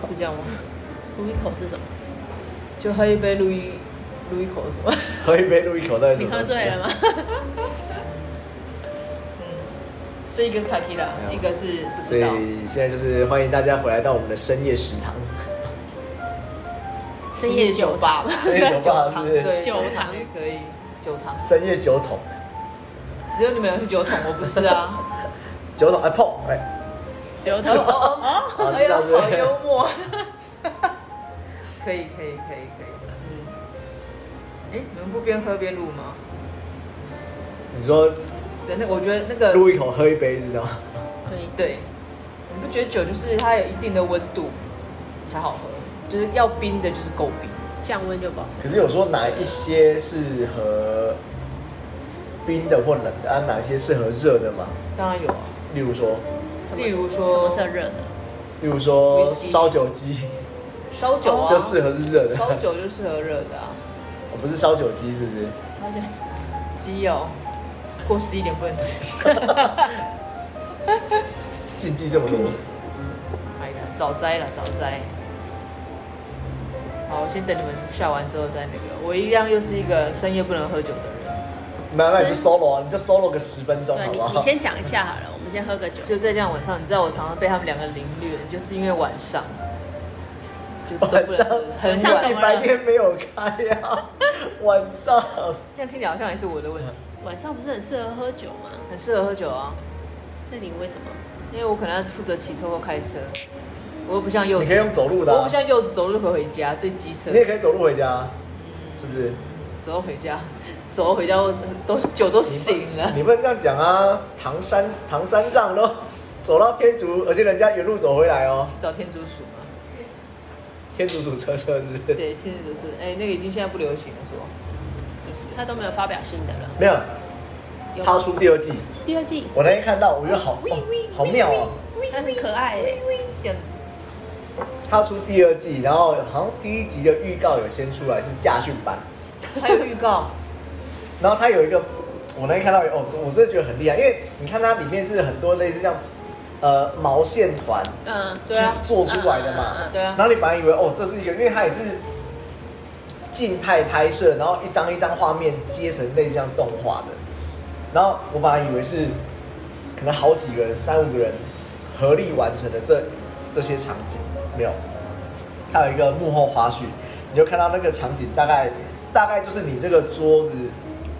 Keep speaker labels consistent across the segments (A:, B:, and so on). A: 口
B: 是，这样吗？
A: 撸一口是什么？
B: 就喝一杯路易路易口什 么？
A: 喝一杯撸一口到底什
B: 你
A: 么东
B: 喝
A: 西？
B: 醉了吗？嗯
C: 所以一个是 tequila，
A: 没有
C: 一个是不
A: 所
C: 知
A: 以
C: 道。
A: 现在就是欢迎大家回来到我们的深夜食堂，
B: 深夜酒吧，
A: 深夜酒吧是不
B: 对，
A: 是？
C: 酒堂
B: 也可以，酒堂
A: 深夜酒桶，
B: 只有你们两个是酒桶，我不是 啊。
A: 酒桶哎碰哎，
B: 酒桶， 哦哦哦
A: 啊知道是不是
B: 默。 可以可以可以可以，嗯。哎，你们不边喝边录吗？
A: 你说
B: 对，那我觉得那个
A: 撸一口喝一杯是这样吗？
B: 对对，你不觉得酒就是它有一定的温度才好喝，就是要冰的，就是够冰。
C: 降温就饱。
A: 可是有说哪一些适合冰的或冷的啊？哪些适合热的吗？
B: 当然有啊，
A: 例如说，
C: 什么
B: 例如说
C: 什么是热的？
A: 例如说
B: Whisky
A: 烧酒鸡
B: 烧酒啊，
A: 就适合是热的，
B: 烧 酒就适合热的啊，
A: 我不是烧酒鸡是不是？
C: 烧 酒
B: 鸡哦，过十一点不能吃。
A: 禁忌这么多，
B: 嗯哎呀，早摘了，早摘。好，我先等你们下完之后再那个。我一样又是一个深夜不能喝酒的人，
A: 那那你就 solo 啊，你就 solo 个十分钟好
C: 对
A: 不
C: 你，你
A: 好？
C: 先讲一下好了，我们先喝个酒。
B: 就在这样晚上，你知道我常常被他们两个凌虐，就是因为晚上就都不
A: 晚
B: 能
A: 上
B: 喝很
C: 晚上
B: 晚
C: 怎
A: 你
C: 么。
A: 白天没有开 啊，晚上
B: 这样听起来好像也是我的问题，
C: 晚上不是很适合喝酒吗？
B: 很适合喝酒啊，
C: 那你为什么？
B: 因为我可能要负责骑车或开车，我又不像柚
A: 你可以
B: 子，
A: 用走路
B: 我
A: 的、
B: 又
A: 啊
B: 不，像柚子走路回回家，最机车
A: 你，也可以走路回家啊，是不是？
B: 走路回家，走路回家我都酒都醒了。
A: 你不能这样讲啊！唐三唐三藏都走到天竺，而且人家原路走回来哦，
B: 找天竺鼠嘛，
A: 天竺鼠车车是不是？
B: 对，天竺鼠是，哎、那个已经现在不流行了，说是不是？
C: 他都没有发表新的了。
A: 没有，
C: 有
A: 他出第二季，
C: 第二季，
A: 我那天看到，我觉得好、哦、好妙哦。
C: 他很可爱耶。
B: 这样
A: 他出第二季，然后好像第一集的预告有先出来是驾训班，
B: 还有预告，
A: 然后他有一个，我那天看到哦，我真的觉得很厉害，因为你看它里面是很多类似像呃毛线团
C: 嗯，
A: 去
B: 对啊
A: 做出来的嘛
C: 嗯嗯嗯，
B: 对啊
A: 然后你本来以为哦这是一个，因为它也是静态拍摄，然后一张一张画面接成类似像动画的，然后我本来以为是可能好几个人三五个人合力完成的这这些场景，没有，它有一个幕后花絮，你就看到那个场景大概大概就是你这个桌子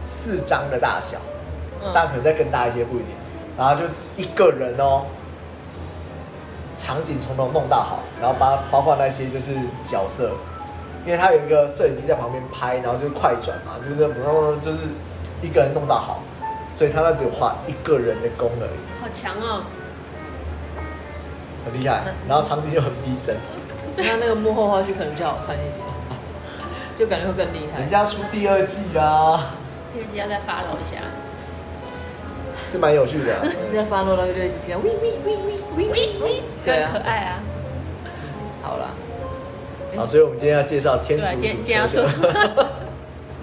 A: 四张的大小，
B: 嗯
A: 但可能再更大一些不一定，然后就一个人哦。场景从头弄到好，然后包包括那些就是角色，因为他有一个摄影机在旁边拍，然后就是快转嘛，就是这种就是一个人弄到好，所以他那只有画一个人的功而已，
C: 好强哦！
A: 很厉害。
C: 嗯
A: 然后场景又很逼真，
B: 那那个幕后花絮可能比较好看一点，就感觉会更厉害
A: 人。家出第二季啊，
C: 第二季要再发楼一下。
A: 是蛮有趣的啊、
B: 你在翻落那个就一直听到喂喂喂喂喂喂喂，对
C: 很可
B: 啊，
C: 爱啊。
B: 好啦，
A: 好，所以我们今天要介绍天竺
C: 对啊，
A: 鼠
C: 今天今天要
A: 车
C: 说什么？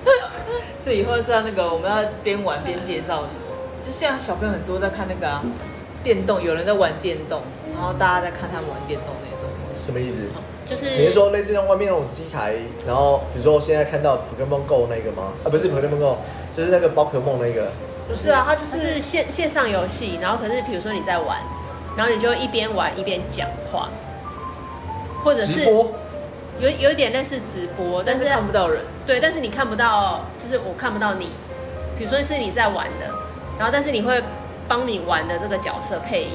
B: 所以以后是要那个我们要边玩边介绍，就现在小朋友很多在看那个啊，电动，有人在玩电动，然后大家在看他们玩电动那种。
A: 什么意思？
C: 就是
A: 你是说类似像外面那种机台，然后比如说现在看到 Pokemon Go 那个吗？啊，不是 Pokemon Go，就是那个宝可梦那个。
B: 不是啊，他就
C: 它
B: 是
C: 是线线上游戏，然后可是比如说你在玩，然后你就一边玩一边讲话，或者
A: 直
C: 是
A: 播，
C: 有有一点类似直播，但
B: 但
C: 是
B: 是看不到人，
C: 对，但是你看不到，就是我看不到你。比如说是你在玩的，然后但是你会帮你玩的这个角色配音，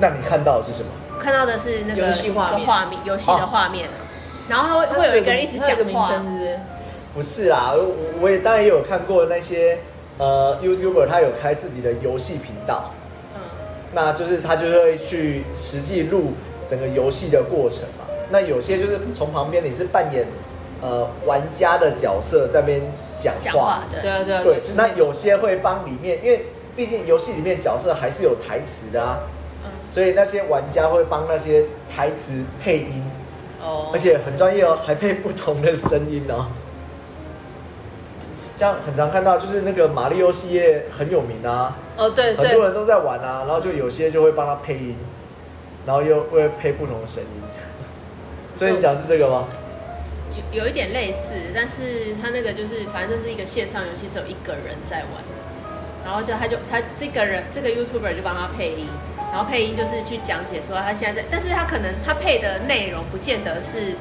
A: 那你看到的是什么？
C: 看到的是那个
B: 游戏画面
C: 一个画面，游戏的画面，然后它会会有一个人一直
B: 它
C: 讲
B: 有个名
C: 话，
B: 称是不是？
A: 不是啦，我我也当然也有看过那些呃 YouTuber，他有开自己的游戏频道，
C: 嗯，
A: 那就是他就会去实际录整个游戏的过程嘛。那有些就是从旁边你是扮演呃玩家的角色在那边讲
C: 讲
A: 话
C: 话，对
B: 对啊对啊，
A: 对
B: 就是，
A: 那有些会帮里面，因为毕竟游戏里面角色还是有台词的啊，
C: 嗯
A: 所以那些玩家会帮那些台词配音，
B: 哦，
A: 而且很专业哦，还配不同的声音哦。像很常看到，就是那个马里奥系列很有名啊，
B: 哦对
A: 很多
B: 对，
A: 人都在玩啊，然后就有些就会帮他配音，然后又会配不同的声音。所以你讲是这个吗？
C: 有有一点类似，但是他那个就是反正就是一个线上游戏，只有一个人在玩，然后就他就他这个人这个 YouTuber 就帮他配音，然后配音就是去讲解说他现在在，但是他可能他配的内容不见得是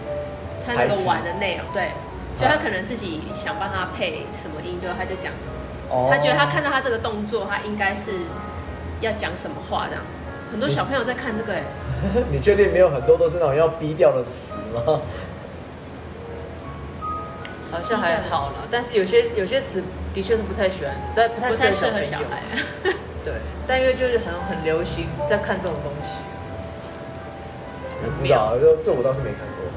C: 他那个玩的内容，对，就他可能自己想帮他配什么音，就他就讲，
A: 哦
C: 他觉得他看到他这个动作，他应该是要讲什么话这样。很多小朋友在看这个、欸，
A: 哦 你确定没有很多都是那种要逼掉的词吗？
B: 好像还好了，但是有些有些词的确是不太喜欢，但不太
C: 不太适
B: 适合
C: 合
B: 小
C: 小
B: 朋友
C: 孩。
B: 对，但因为就是很很流行在看这种东西，
A: 我不知道，这这我倒是没看过。。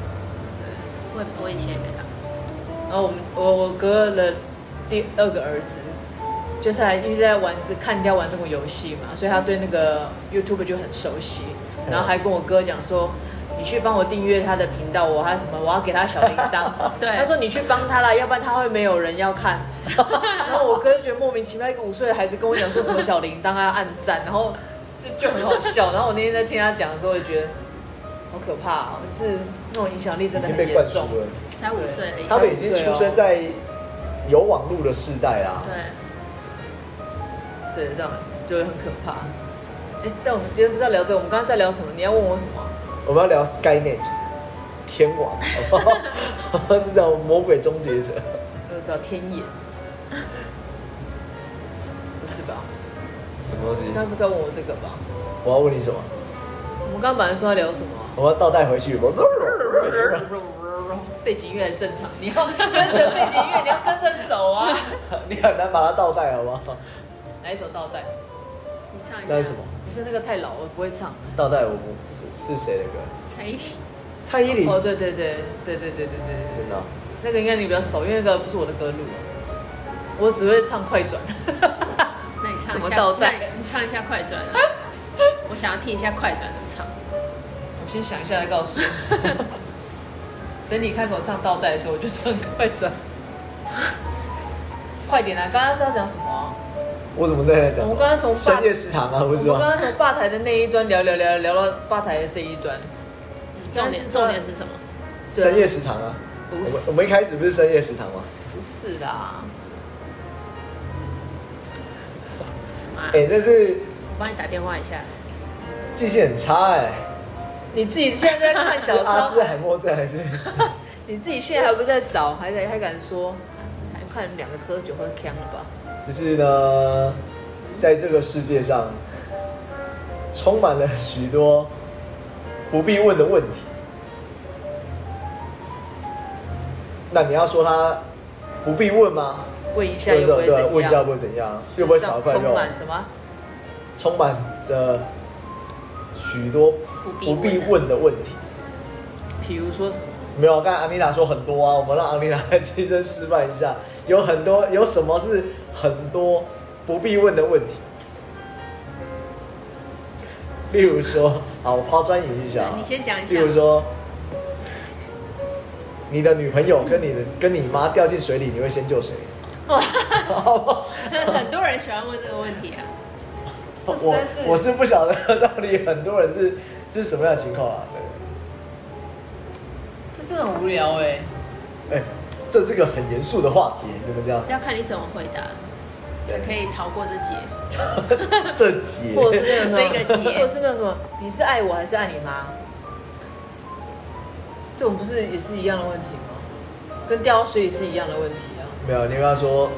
C: 我我以前也没看过。
B: 然后我们我我哥的第二个儿子，就是还一直在玩看人家玩那种游戏嘛，所以他对那个 YouTube 就很熟悉，然后还跟我哥讲说。你去帮我订阅他的频道，我还有什么，我要给他小铃铛
C: 对
B: 他说你去帮他啦，要不然他会没有人要看。然后我哥就觉得莫名其妙，一个五岁的孩子跟我讲说什么小铃铛啊、按赞，然后就就很好笑。然后我那天在听他讲的时候，我就觉得好可怕、哦，就是那种影响力真
A: 已
B: 的
A: 经
B: 很
A: 被
B: 严
A: 灌输
B: 重。
A: 了，
C: 才五岁而已。
A: 他们已经出生在有网络的时代啊。
C: 对，
B: 对，这样就会很可怕。哎、但我们今天不是要聊这个，我们刚才在聊什么？你要问我什么？
A: 我们要聊 Skynet 天网，好不好？ 是这种魔鬼终结者。
B: 我找天眼。 不是吧？
A: 什么东西
B: 你刚才不是要问我这个吧？
A: 我要问你什么？
B: 我们刚刚本来说要聊什么啊？
A: 我要倒带回去。我
B: 背景音乐很正常，你要跟着背景音乐，你要跟着走啊。
A: 你很难把它倒带，好不好？
B: 来一首倒带？
C: 你唱一下。
A: 那是什么？？
B: 不是那个太老，我不会唱。
A: 倒带我不是是谁的歌？
C: 才艺。
A: 蔡依林。
B: 哦，对对对对对对对对对，
A: 真的啊、
B: 那个应该你比较熟，因为那个不是我的歌路，我只会唱快转。
C: 那你唱
B: 什
C: 一
B: 么
C: 下。
B: 倒带
C: 那你唱一下快 转啊！我想要听一下快转怎么唱。
B: 我先想一下再告 诉你。等你开口唱倒带的时候，我就唱快转。快点啊！刚刚是要讲什么啊、
A: 我怎么在那讲什
B: 我
A: 么？
B: 们刚刚从
A: 深夜食堂啊，不
B: 我
A: 是
B: 们刚
A: 吗？
B: 刚从吧台的那一端聊聊聊聊到吧台的这一端，
C: 重点
B: 但是
C: 重点是什么？
B: 对
A: 深夜食堂啊，
B: 不
A: 我们
B: 是
A: 我们一开始不是深夜食堂吗？
B: 不是啦，
C: 什么啊？
A: 哎、但是
C: 我帮你打电话一 下。
A: 记性很差哎、
B: 你自己现在在看
A: 是
B: 小
A: 阿
B: 抄
A: 兹，海默症还是？
B: 你自己现在还不在找，还敢还敢说？我看你们两个喝酒喝呛了吧？
A: 就是呢，在这个世界上，充满了许多不必问的问题。那你要说他不必问吗？
B: 问一下又不会
A: 对啊问一
B: 怎
A: 下又
B: 样
A: 不？会怎样，
B: 世
A: 又不会少
B: 上
A: 一块
B: 充
A: 肉，
B: 满什么？
A: 充满着许多不必问的问题。
B: 比如说什么？
A: 没有，刚才安妮娜说很多啊，我们让安妮娜来亲身示范一下，有很多有什么是很多不必问的问题。例如说，好，我抛砖引玉一下啊
C: 对。你先讲一下
A: 例如说，你的女朋友跟你的跟你妈掉进水里，你会先救谁？好不好
C: 很多人喜欢问这个问题啊。
B: 这
A: 我
B: 真是
A: 我是不晓得到底很多人是是什么样的情况啊？对。
B: 这真的很无聊哎、
A: 哎、这是个很严肃的话题，你怎么这样？
C: 要看你怎么回答，才可以逃过这劫。
A: 这 节
B: 或者是那种
C: 这个结
B: 或者是那种什么，你是爱我还是爱你妈？这种不是也是一样的问题吗？跟掉到水里是一样的问题啊。
A: 没有，你跟他说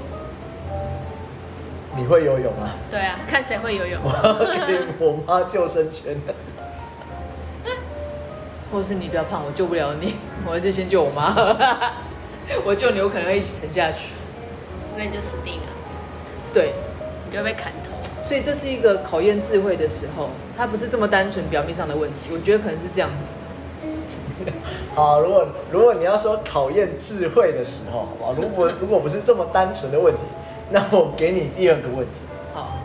A: 你会游泳 啊，
C: 对啊，看谁会游泳
A: 我。要给我妈救生圈。
B: 或者是你比较胖，我救不了你，我还是先救我妈。 我救你，我可能会一起沉下去。
C: 那你就死定了，
B: 对，
C: 你就被砍头。
B: 所以这是一个考验智慧的时候，它不是这么单纯表面上的问题。我觉得可能是这样子，
A: 好，如果如果你要说考验智慧的时候，好不好？如果如果不是这么单纯的问题，那我给你第二个问题：
B: 好，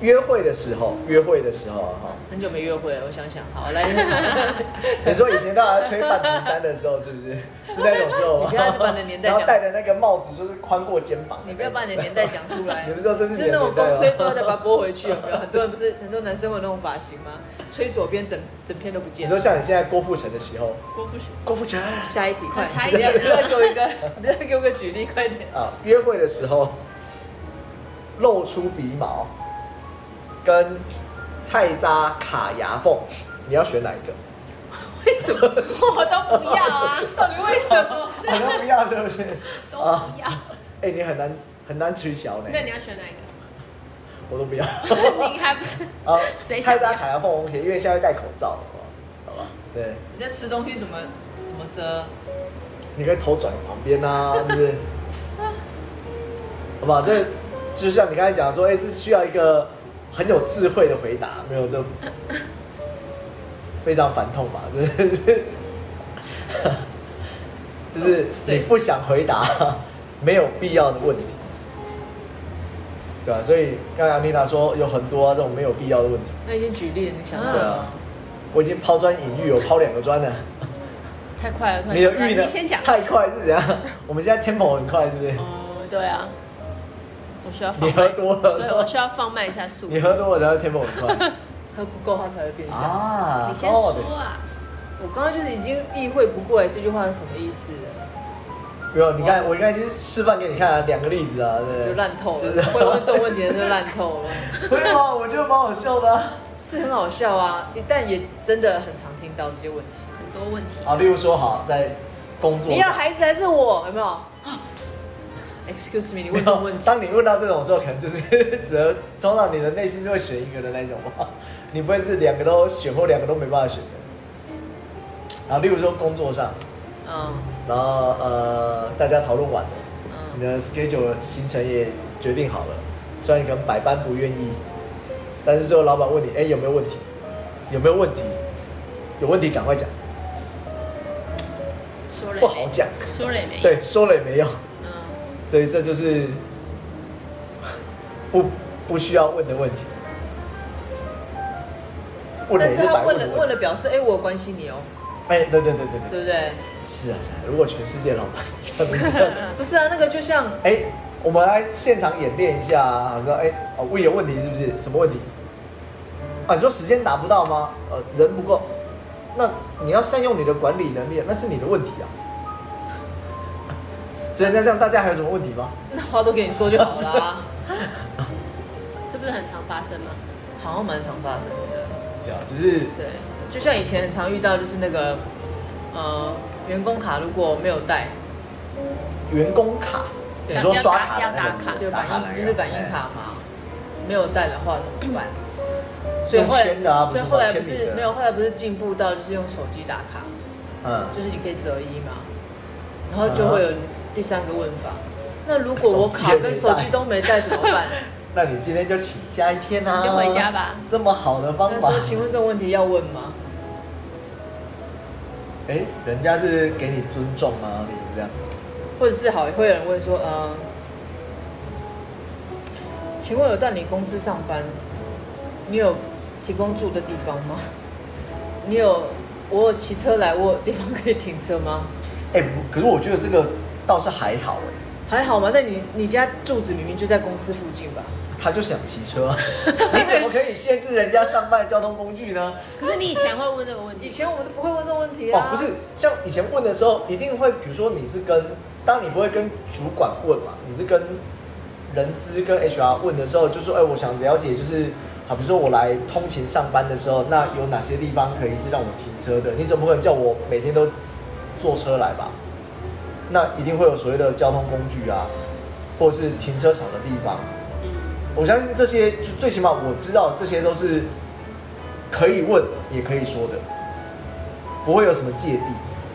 A: 约会的时候，约会的时候啊 哈，
B: 很久没约会了，我想想，好来，
A: 你说以前大家吹半屏山的时候，是不是是那种时候吗？
B: 你不要把你的年代
A: 然
B: 讲
A: 后戴着那个帽子，就是宽过肩膀。
B: 你不要把你的年代讲出来。
A: 你不知道这是你的
B: 就那种
A: 年代哦吗
B: 风吹之后再把它拨回去，有没有？很多人不是很多男生会有那种发型吗？吹左边整整片都不
A: 你
B: 见
A: 说
B: 了。
A: 像你现在郭富城的时候，
C: 郭富城，
A: 郭富城
B: 下一啊题，快！
C: 差一
B: 你要
C: 点
B: 你要给我一个，你要给我个举例，快点。
A: 啊，约会的时候露出鼻毛，跟菜渣卡牙缝，你要选哪一个？
B: 为什么？
C: 我都不要啊，
B: 到底为什么？啊
A: 好像不要是不是？
C: 都不要。
A: 哎、你很难很难取巧呢
C: 那，你要选哪一个？
A: 我都不要。
C: 你还不是
A: 啊，
C: 谁想
A: 菜
C: 要
A: 渣卡牙缝 OK，因为现在戴口罩了，好吧？对，
B: 你在吃东西怎么怎么遮？
A: 你可以头转旁边啊， 是不是？好不好？这就像你刚才讲说，哎、是需要一个很有智慧的回答，没有 这非常反痛吧？ 这是就是
B: 对
A: 你不想回答没有必要的问题，对啊吧、所以刚才安妮娜说有很多、啊、这种没有必要的问题，
B: 那已经举例了，你想到
A: 对
B: 了
A: 啊。我已经抛砖引玉，我抛两个砖 了。
C: 太快了，突然
A: 你的
C: 来
A: 玉呢？
C: 你先讲。
A: 太快是怎样？我们现在 tempo 很快，是不是？
C: 哦，对啊，我需要放
A: 你喝
C: 慢。
A: 多了
C: 对，我需要放慢一下速度
A: 你。喝多了才会 tempo 很快
B: 喝不够它才会变这样。
A: 啊
C: 你先
A: そ
C: 说
A: うです
C: 啊，
B: 我刚刚就是已经意会不过哎这句话是什么意思，
A: 没有，你看我应该已经示范给你看了两个例子啊，对不对？
B: 就烂透了。
A: 就是
B: 会问 这种问题的人就烂透了，
A: 不是吗？我就蛮好笑的啊。
B: 是很好笑啊，但也真的很常听到这些问题。
C: 很多问题。
A: 好，啊例如说，好在工作，
B: 你要孩子还是我？有没有、啊、？Excuse me，你
A: 没
B: 问这种
A: 有
B: 问？题，
A: 当你问到这种时候，可能就是 只能通常你的内心就会选一个的那种吧，你不会是两个都选或两个都没办法选的。然后，例如说工作上，
B: 嗯
A: 然后呃，大家讨论完了。你
B: 嗯，
A: 的 schedule 行程也决定好了，虽然你可能百般不愿意，但是最后老板问你，哎、有没有问题？有没有问题？有问题赶快讲，
C: 说了
A: 哦
C: 也没
A: 不好讲
C: 说了也
B: 哎
C: 没用。
A: 对，说了也没用，
C: 嗯，
A: 所以这就是 不不需要问的问题。问了
B: 但
A: 也
B: 是
A: 是
B: 他
A: 白
B: 问
A: 问
B: 了
A: 的
B: 问
A: 问
B: 了
A: 题。
B: 表示，哎、我有关心你哦，
A: 哎、对对对对对，
B: 对不对？
A: 是啊是啊，如果全世界老板 这样子，
B: 不是啊，那个就像
A: 哎、我们来现场演练一下啊，说哎、哦，我有问题是不是？什么问题？啊，你说时间达不到吗？呃，人不够，那你要善用你的管理能力，那是你的问题啊。 所以那这样大家还有什么问题吗？
B: 那话都给你说就好啦、
C: 这不是很常发生吗？
B: 好像蛮常发生的。
A: 对啊，就是
B: 对，就像以前很常遇到，就是那个呃，员工卡如果没有带，
A: 员工卡，
B: 对
A: 你说刷卡
C: 要
A: 的
C: 打
A: 那个
C: 啊要打卡
A: 是不
B: 就是感应就是感应。
A: 来
B: 卡嘛，没有带的话怎么办？所以后
A: 用签的
B: 来，
A: 啊不
B: 所
A: 是
B: 以后来
A: 签
B: 不
A: 名
B: 是
A: 的
B: 没有，后来不是进步到就是用手机打卡，
A: 嗯，
B: 就是你可以择一嘛，然后就会有第三个问法。那如果我卡
A: 啊手机也没
B: 跟手机
A: 带
B: 都没带怎么办？
A: 那你今天就请假一天啊，
C: 你就回家吧。
A: 这么好的方
B: 那
A: 法
B: 说，，请问这个问题要问吗？
A: 哎、人家是给你尊重啊，你这样。
B: 或者是好，会有人问说，嗯，请问有到你公司上班，你有提供住的地方吗？你有我有骑车来，我有地方可以停车吗？
A: 哎、不可是我觉得这个倒是还好哎、
B: 还好吗？那你你家住址明明就在公司附近吧？
A: 他就想骑车啊，你怎么可以限制人家上班的交通工具呢？
C: 可是你以前会问这个问
B: 以
C: 题，
B: 前我们都不会问这种问题
A: 哦
B: 啊。，
A: 不是，像以前问的时候，一定会，比如说你是跟，当你不会跟主管问嘛，你是跟人资跟 HR 问的时候，就说，哎、我想了解，就是，好，比如说我来通勤上班的时候，那有哪些地方可以是让我停车的？你总不可能叫我每天都坐车来吧？那一定会有所谓的交通工具啊，或是停车场的地方。
C: 嗯，
A: 我相信这些，就最起码我知道这些都是可以问也可以说的，不会有什么芥蒂。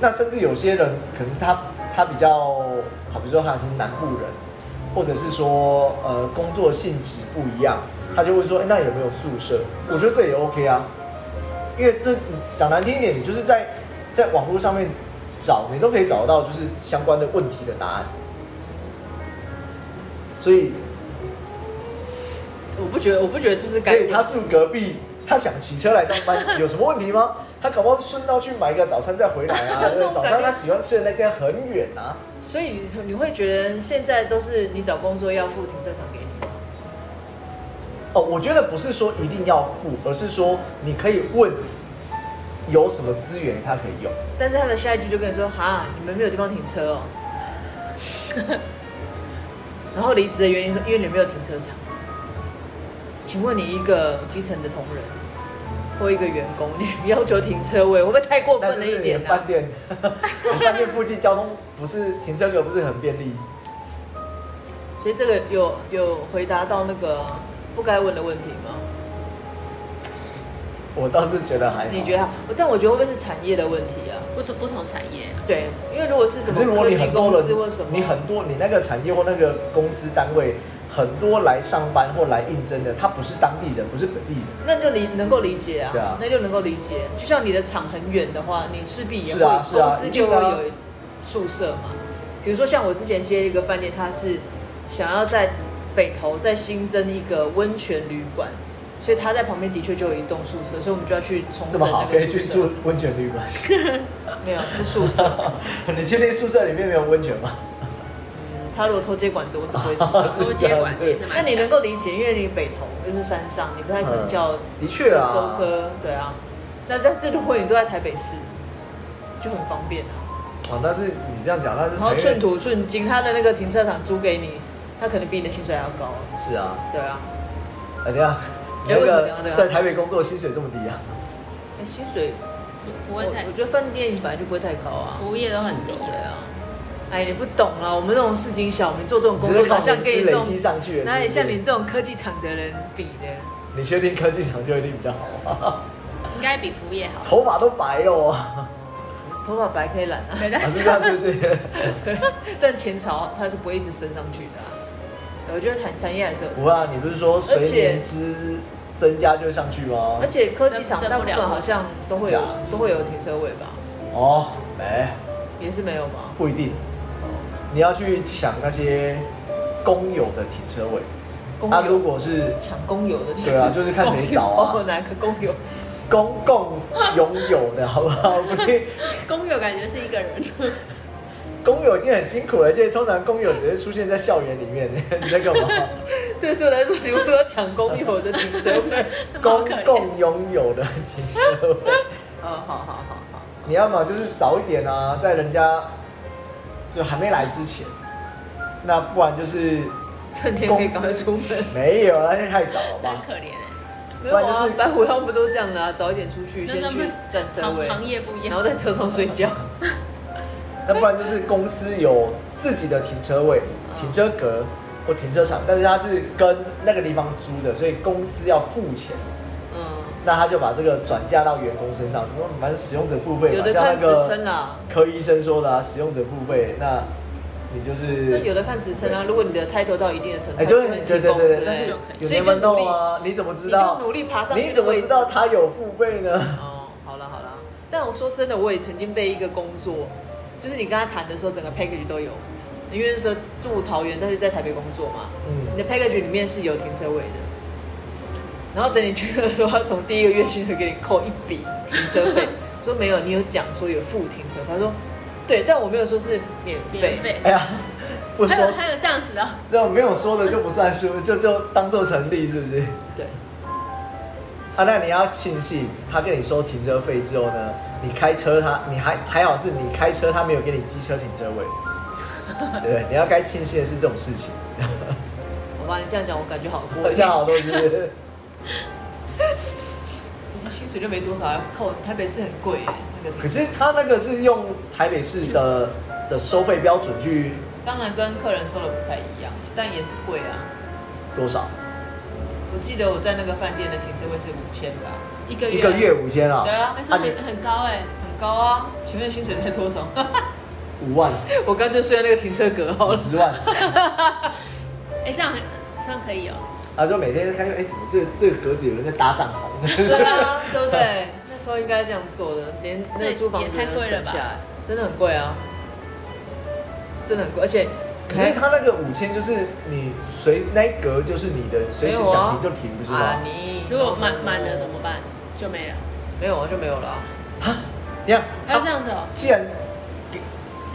A: 那甚至有些人可能他他比较好，比如说他是南部人，或者是说呃工作性质不一样，他就会说，哎、那有没有宿舍？我觉得这也 OK 啊，因为这讲难听一点，你就是在在网络上面找，你都可以找得到就是相关的问题的答案。所以
B: 我不觉得，我不觉得这是
A: 所
B: 改
A: 以
B: 变。
A: 他住隔壁，他想骑车来上 班，有什么问题吗？他搞不好顺道去买个早餐再回来啊， 对不对早餐他喜欢吃的那家很远啊。
B: 所以你你会觉得现在都是你找工作要付停车场给你吗？
A: 哦，我觉得不是说一定要付，而是说你可以问有什么资源他可以用。
B: 但是他的下一句就跟你说：“哈，你们没有地方停车哦。”然后离职的原因，因为你没有停车场。请问你一个基层的同仁或一个员工，你要求停车位，会不会太过
A: 那
B: 分
A: 就
B: 了
A: 是
B: 一
A: 你的
B: 点呢、啊
A: 饭店， 你饭店附近交通不是停车格不是很便利，
B: 所以这个有有回答到那个不该问的问题吗？
A: 我倒是觉得还好。
B: 你觉得？但我觉得会不会是产业的问题啊？
C: 不同不同产业啊，
B: 对，因为如果是
A: 可
B: 什
A: 是
B: 么
A: 如果
B: 科
A: 你
B: 技
A: 很多
B: 公司或
A: 人
B: 什么，，
A: 你很多你那个产业或那个公司单位，很多来上班或来应征的，他不是当地人，不是本地人，
B: 那就理能够理解啊，
A: 对啊
B: 那就能够理解。就像你的厂很远的话，你势必也会、
A: 是啊是啊
B: 公司就会
A: 一定的啊
B: 有宿舍嘛。比如说像我之前接一个饭店，它是想要在北投再新增一个温泉旅馆，所以它在旁边的确就有一栋宿舍，所以我们就要去重整
A: 这么好
B: 那
A: 可
B: 个
A: 以
B: 宿
A: 去
B: 舍
A: 住。温泉旅 馆。
B: 没有，是宿舍。
A: 你确定宿舍里面没有温泉吗？。
B: 嗯，他如果偷接管子，我是不会知道
C: 多接管这也是蛮强的。
B: 那你能够理解，因为你北投又是山上，你不太可
A: 嗯
B: 能叫
A: 的确啊
B: 舟车，对啊。那但是如果你都在台北市，就很方便啊。
A: 哦，但是你这样讲，那是
B: 然后
A: 台
B: 寸
A: 北
B: 土寸金，他的那个停车场租给你，他可能比你的薪水还要高啊。
A: 是啊，
B: 对啊，
A: 哎等一下，你
B: 哎
A: 那
B: 为什么
A: 个
B: 讲到这个
A: 在台北工作薪水这么低啊？
B: 哎薪水
C: 不会
A: 哦
C: 太
B: 我我觉得饭店本来就不会太高啊。
C: 服务业都很低
B: 对
C: 的，
B: 啊。哎，你不懂啊，我们这种市井小民做这种
A: 你
B: 工
A: 只
B: 作，
A: 是
B: 哪
A: 靠
B: 像
A: 薪
B: 跟你
A: 资
B: 这
A: 累
B: 种
A: 积上去的，
B: 哪里
A: 是
B: 像
A: 不是
B: 你这种科技厂的人比呢？
A: 你确定科技厂就一定比较好 吗？
C: 应该比服务业好。
A: 头发都白了哦，
B: 头发白可以染啊。
C: 对，但
A: 啊是
C: 是
A: 这样是不是？
B: 但 前朝它是不会一直升上去的、啊。我觉得产产业还是有
A: 不
B: 差，
A: 会啊，你不是说随
B: 而且
A: 年资增加就会上去吗
B: 而？且科技厂
C: 这这
B: 大部
C: 不了
B: 分好像都会有
A: 假的
B: 都会有停车位吧？
A: 哦，没，
B: 也是没有吗？
A: 不一定。你要去抢那些公有的停车位。
B: 公
A: 啊，如
B: 有
A: 果是
B: 抢公有的地方，
A: 对啊就是看谁找啊
B: 公有哦，哪个公有？
A: 公共拥有的，好不好？不 是
C: 公有感觉是一个人，
A: 公有已经很辛苦了，而且通常公有只会出现在校园里面。 你在干嘛？
B: 对，所以我在说，你为什么要抢公有的停车位？
C: 那么好
A: 公
C: 可怜。
A: 共拥有的停车位，
B: 嗯，好好好好。
A: 你要么就是早一点啊，在人家就还没来之前，那不然就是
B: 趁天可以赶快出门，
A: 没有了，那太早了
C: 很
A: 吧？
C: 可怜哎，
B: 没有
A: 不然
B: 啊
A: 就是，
B: 白虎他们不都这样的啊？早一点出去，先
C: 那
B: 去占车
C: 行
B: 位，
C: 行业不一
B: 然后
C: 样，
B: 在车上睡 觉。
A: 那不然就是公司有自己的停车位、停车格或停车场，但是它是跟那个地方租的，所以公司要付钱。
B: 嗯。
A: 那他就把这个转嫁到员工身上，说反正使用者付费
B: 有
A: 嘛，
B: 的
A: 像那
B: 看职称
A: 个
B: 啦，
A: 柯医生说的啊，使用者付费，那你就
B: 那有
A: 是
B: 的看职称啊。如果你的 title 到一定的程度，
A: 哎，
B: 它就
A: 对
B: 会提
A: 对对对
B: 供
A: 对，
B: 不
A: 但是
B: 所
A: 有
B: 以
A: 人
B: 就
A: 们
B: 努
A: 弄
B: 力，
A: 啊，你怎么知
B: 你
A: 道
B: 就？努力爬上去
A: 你
B: 的
A: 怎么
B: 位
A: 知道
B: 置？
A: 他有付费呢？
B: 哦，好了好了。但我说真的，我也曾经被一个工作，就是你跟他谈的时候，整个 package 都有。因为说住桃园，但是在台北工作嘛，
A: 嗯，
B: 你的 package 里面是有停车位的。然后等你去的时候，他从第一个月薪水给你扣一笔停车 费，说没有，你有讲说有付停车费，他说对，但我没有说是免费
C: 免。费。
A: 哎呀，不
C: 还
A: 说
C: 有还有这样子的哦，
A: 这种没有说的就不算数，就就当做成立，是不是？
B: 对，
A: 啊，那你要庆幸他跟你收停车费之后呢，你开车他你还还好是你开车他没有给你机车停车 位，对不对？你要该庆幸的是这种事情，
B: 好吧，你这样讲我感觉好过一
A: 这
B: 点
A: 样。好多是不是？
B: 你薪水就没多少，还扣台北市很贵耶，那个
A: 可是他那个是用台北市的的收费标准去
B: 当然跟客人收的不太一样，但也是贵啊。
A: 多少？
B: 我记得我在那个饭店的停车位是五千吧，
C: 一个月
A: 一个月五千啊
B: 对？啊
C: 那，时
A: 啊
C: 候
A: 你
C: 很很高哎，
B: 很高啊。请问薪水才多少？
A: 五万、
B: 我干脆睡在那个停车格好
A: 五
B: 了。
A: 十万，
C: 哎这样很这样可以哦，
A: 他说每天看，哎、怎么这这个格子有人在搭帐篷？
B: 对啊，对不对？那时候应该这样做的，连那个租房子
C: 这也太
B: 都
C: 贵了
B: 省
C: 吧
B: 下来，真的很贵啊，是真的很贵，而且
A: 可是他那个五千就是你随那一格就是你的，随时
B: 没有啊
A: 想停就停，不是
B: 啊
A: 吗？
B: 你
C: 如果满满了怎么办？就没了。
B: 没有啊就没有了啊，
A: 啊，你看，
C: 还有这样子哦、
A: 既然给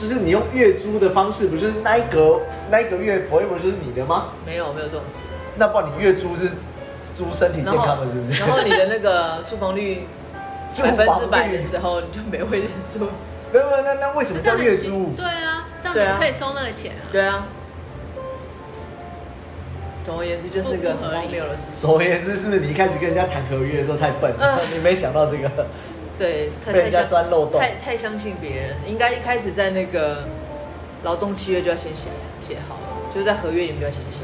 A: 就是你用月租的方式，不就是那一格那一个月 forever 就是你的吗？
B: 没有没有这种事。
A: 那不然你月租是租身体
B: 然
A: 健
B: 后
A: 康的，是不是？
B: 然后你的那个住房率
A: 住
B: 百分
A: 房
B: 之百
A: 率
B: 的时候，你就没位置住。
A: 没有没有，那那为什么叫月租？
C: 对啊，这样
B: 对
C: 怎
B: 啊
C: 么可以收那个钱啊？
B: 对啊。总而言之，就是个
C: 不
B: 很
C: 合理
B: 荒谬的事情。
A: 总而言之，是不是你一开始跟人家谈合约的时候太笨
B: 啊
A: 了，你没想到这个？
B: 对，太
A: 被人家
B: 太相
A: 钻漏洞
B: 太太相信别人，应该一开始在那个劳动契约就要先写写好，就是在合约里面就要先写。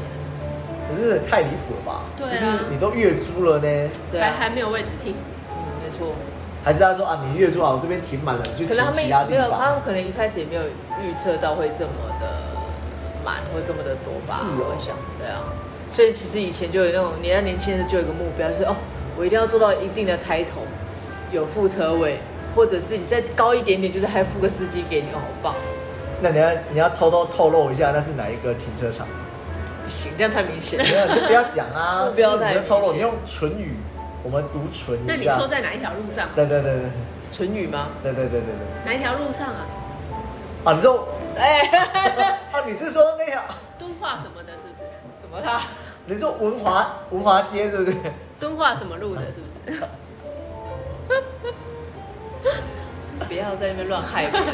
A: 可是太离谱了吧？
C: 对啊
A: 就是你都月租了呢，
B: 对
C: 还
B: 啊，嗯
C: 还没有位置听，
B: 没错。
A: 还是他说啊，你月租好，我这边停满了，你去
B: 可
A: 停
B: 能他
A: 其他
B: 们没有
A: 地，
B: 他
A: 方
B: 们。可能一开始也没有预测到会这么的满或这么的多吧。
A: 是哦
B: 我想，对啊。所以其实以前就有那种，你在年轻的时候就有一个目标，就是哦，我一定要做到一定的抬头，有副车位，或者是你再高一点点，就是还付个司机给你，哦，好棒！
A: 那你要你要偷偷透露一下，那是哪一个停车场？
B: 不行，这样太明显了。
A: 没有， 你就不要讲啊，
B: 不要
A: 就是
B: 太
A: 你就透露，
B: 明显
A: 你用唇语，我们读唇
C: 那
A: 一
C: 你
A: 下
C: 说。在哪一条路上？啊
A: 对对对
B: 唇语吗？
A: 对对对对对对。
C: 哪一条路上啊？
A: 啊，你说，
B: 哎，
A: 啊，你是说那条？
C: 敦化什么的，是不是？
B: 什么啦？
A: 你说文华文华街是不是？
C: 敦化什么路的，是不 是？
B: 不要在那边乱害别人了。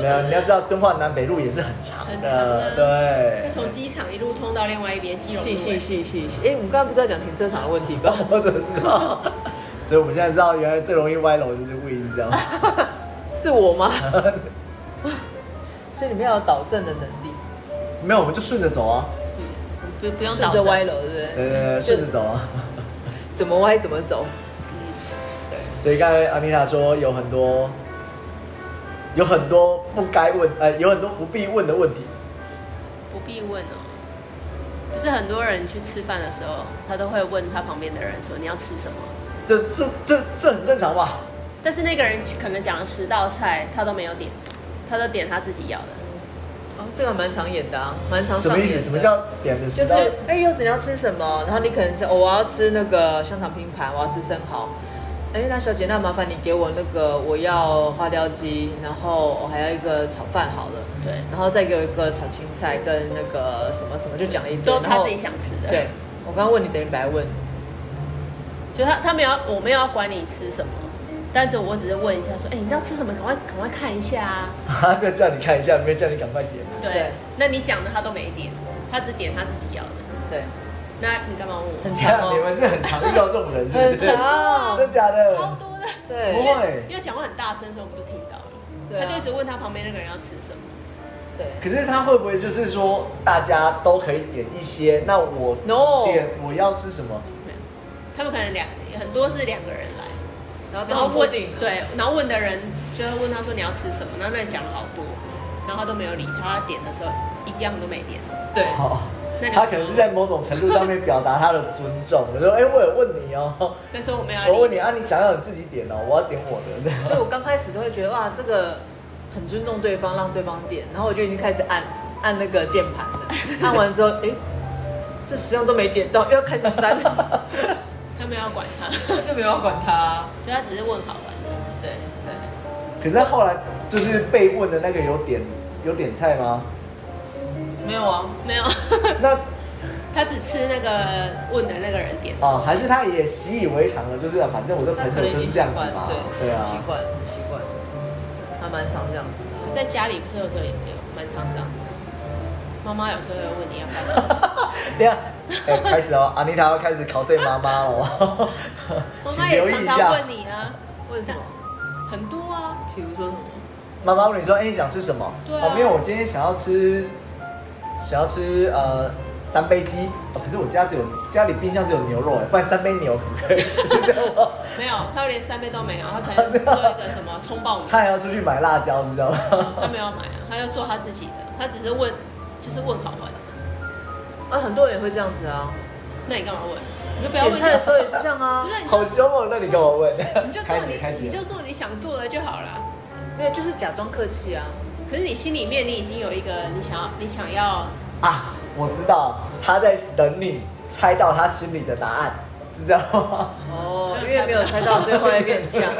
A: 没有，你要知道敦化南北路也是很长
C: 很长
A: 的，
C: 啊
A: 对
C: 那。从机场一路通到另外一边基隆路。
B: 细细
C: 欸
B: 细细细，哎，我们刚刚不是要讲停车场的问题吧？
A: 我怎么知道？ 所以我们现在知道，原来最容易歪楼就是故意是这样。
B: 是我吗？ 所以你们要有导正的能力，
A: 没有，我们就顺着走啊，
C: 嗯不不用
B: 顺
C: 倒
B: 着
C: 着
B: 歪。楼，对不对？
A: 呃，
B: 就
A: 顺着走啊。
B: 怎么歪怎么走。
A: 所以刚才阿米塔说有很多，有很多不该问，呃，有很多不必问的问题。
C: 不必问哦。不是很多人去吃饭的时候，他都会问他旁边的人说你要吃什么，
A: 这这这这很正常吧？
C: 但是那个人可能讲了十道菜，他都没有点，他都点他自己要的。
B: 哦，这个蛮常演的啊，蛮常
A: 什
B: 上
A: 么意
B: 演的。
A: 思？什么叫点的
B: 就
A: 时
B: 是
A: 候？
B: 哎，柚子你要吃什么？然后你可能是、哦、我要吃那个香肠拼盘，我要吃生蚝。哎，那小姐，那麻烦你给我那个，我要花雕鸡，然后我还要一个炒饭好了，
C: 对，
B: 然后再给我一个炒青菜跟那个什么什么，就讲了一堆。
C: 都
B: 然
C: 他
B: 后
C: 自己想吃的。
B: 对，，我刚刚问你等于白问。
C: 就他他没有要，我没有要管你吃什么，但是我只是问一下说，哎、你要吃什么？赶快赶快看一下啊。
A: 啊， 这叫你看一下，没有叫你赶快点。
C: 对，
B: 对
C: 那你讲的他都没点，他只点他自己要的。
B: 对，
C: 那你干嘛问我？
B: 很
A: 你
B: 长
A: 看你
B: 哦。
A: 们是很常遇到这种人，是不是
B: 很？哦长
A: 真假的？
C: 超多的，
A: 不
B: 对
A: 会
C: 因为因为讲话很大声，所以我们就听到了。
B: 对啊
C: 他就一直问他旁边那个人要吃什么。
B: 对。
A: 可是他会不会就是说大家都可以点一些？那我
B: No
A: 点我要吃什么？
C: 没有，他们可能两很多是两个人来，
B: 啊然后
C: 然后
B: 到
C: 问
B: 屋顶了，
C: 对，然后问的人就会问他说你要吃什么，然后那人讲了好多，然后他都没有理他，他点的时候一样都没点。
B: 对，
A: 好
C: 那，你
A: 哦他可能是在某种程度上面表达他的尊 重。我说，哎、我有问你哦，
C: 但是我没有要理
A: 我问你啊，你想要你自己点哦，我要点我的。
B: 所以我刚开始都会觉得哇，这个很尊重对方，让对方点，然后我就已经开始按按那个键盘了，按完之后，哎、这实际上都没点到，又要开始删，
C: 他没有要管 他，
B: 就没有要管他、
C: 就他只是问好玩的。
B: 对对，
A: 可是后来就是被问的那个有点有点菜吗？
B: 没有啊，
C: 没有，
A: 那
C: 他只吃那个问的那个人点的。
A: 啊、还是他也习以为常了，就是啊反正我的朋
B: 他可能
A: 友
B: 已
A: 就
B: 经
A: 是
B: 习
A: 这样子
B: 惯，
A: 嘛，
B: 对，
A: 对
B: 很
A: 啊。
B: 习惯，很习惯，还蛮常这样子的。
C: 我在家里不是有时候也有蛮常这样子的，妈妈有时候会问你要干嘛，
A: 对啊，哎、开始哦，阿妮塔要开始考碎妈妈 哦，
C: 妈
A: 请
C: 妈
A: 留
C: 也
A: 意一
C: 常
A: 下
C: 常。问你啊，
B: 为什么？
C: 很多啊，
B: 比如说什么？
A: 妈妈问你说：“哎、你想吃什么？”
C: 对啊
A: 哦，没有，我今天想要吃，想要吃呃三杯鸡、哦。可是我家只有家里冰箱只有牛肉，哎，不然三杯牛可不可以？ 是这样吗？
C: 没有，他连三杯都没有，他可能做一个什么葱 爆米
A: 他还要出去买辣椒，知道 吗？
C: 他没有买啊，他要做他自己的，他只是问，就是问好玩。
B: 啊，很多人也会这样子啊，
C: 那你干嘛问？你就不要
B: 点
C: 问
B: 菜的时候也是
C: 就好
B: 这样啊
C: 不。是你
A: 好凶哦！那你干嘛问？
C: 你就做
A: 开始开
C: 你
A: 始
C: 你就做你想做的就好了。
B: 没有，就是假装客气啊。
C: 可是你心里面你已经有一个你想要你想要
A: 啊，我知道他在等你猜到他心里的答案，是这样吗？
B: 哦，因为没有猜到，所以后来变很呛。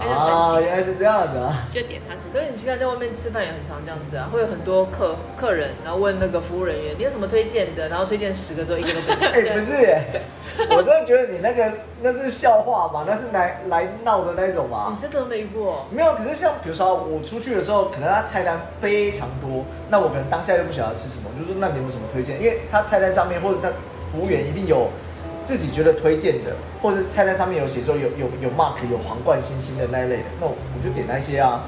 C: 那就生气
A: 原来是这样子 啊！
C: 就点他自
B: 可是
C: 己。
B: 你现在在外面吃饭也很常这样子啊，会有很多客客人，然后问那个服务人员你有什么推荐的，然后推荐十个之后一个都不
A: 哎、
B: 要。
A: 不是耶，我真的觉得你那个 那是笑话吧？那是来来闹的那种吧
B: 你？真的没遇过？
C: 嗯
A: 没有，可是像比如说我出去的时候，可能他菜单非常多，那我可能当下又不晓得吃什么，我就说那你有没有什么推荐？因为他菜单上面或者他服务员一定有自己觉得推荐的，或者菜单上面有写说有有有 mark 有皇冠星星的那一类的，那我我就点那些啊。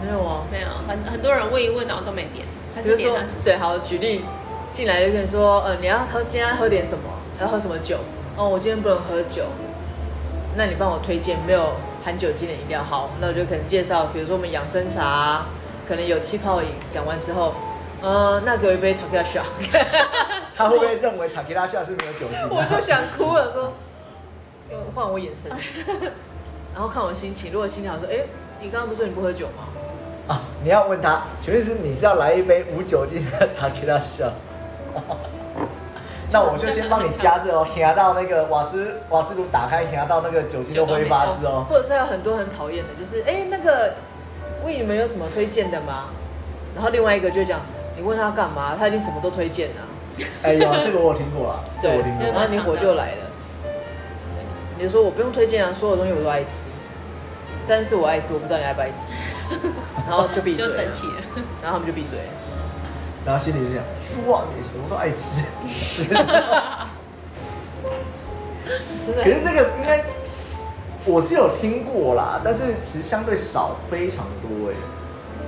B: 没有啊。
C: 没有，很很多人问一问，然后都没点，他
B: 比
C: 是
B: 如
C: 点
B: 说
C: 他自，己。
B: 对，好，举例进来就跟你说，呃，你要喝今天要喝点什么，要喝什么酒？哦，我今天不能喝酒，那你帮我推荐没有含酒精的饮料？好，那我就可能介绍，比如说我们养生茶啊，可能有气泡饮。讲完之后，呃，那给我一杯 t a k i s h a
A: 他会不会认为塔吉拉夏是没有酒精、啊？
B: 我就想哭了，说，呃换我眼神，然后看我心情，如果心情好说，哎、你刚刚不是说你不喝酒吗？
A: 啊，你要问他，请问是你是要来一杯无酒精的 t a k i l a shot？那我就先帮你加热哦，压到那个瓦斯瓦斯炉打开，压到那个酒精的挥发之哦。
B: 或者是还有很多很讨厌的，就是哎、那个为你们有什么推荐的吗？然后另外一个就讲，你问他干嘛，他一定什么都推荐啊。
A: 哎呦，这个我有听过啦，这个我听过啊
C: 对。
B: 然后你火就来了。对，你就说我不用推荐啊，所有东西我都爱吃，但是我爱吃，我不知道你爱不爱吃，然后就闭嘴，
C: 就生气，了，
B: 然后他们就闭嘴了。
A: 然后心里是想，猪啊，你什么都爱吃。
B: 真
A: 可
B: 的
A: 是这个应该我是有听过啦，但是其实相对少非常多哎、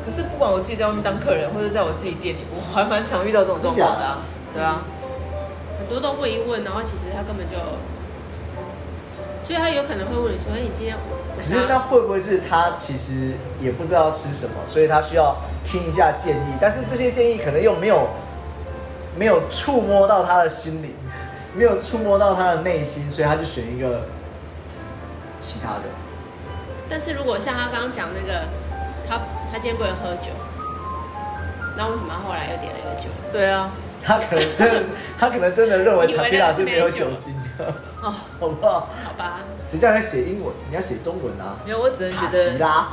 B: 可是不管我自己在外面当客人，或者在我自己店里，我还蛮常遇到这种状况的、啊。对啊，
C: 很多都问一问，然后其实他根本就，所以他有可能会问你说：“哎，你今天我
A: 可
C: 想
A: 是那
C: 要
A: 会不会是他其实也不知道吃什么，所以他需要听一下建议，但是这些建议可能又没有没有触摸到他的心灵，没有触摸到他的内心，所以他就选一个其他的。
C: 但是如果像他刚刚讲那个，他他今天不能喝酒，那为什么他后来又点了一个酒？
B: 对啊，
A: 他可能真的，他可能真的认为
C: 以为
A: 塔
C: 那
A: 皮拉
C: 个是
A: 是没有
C: 美酒
A: 酒精的，
B: 哦，
A: 好不好？
C: 好吧，
A: 谁叫你写英文？你要写中文啊。
B: 没有，我只能觉
A: 塔
B: 得
A: 奇拉，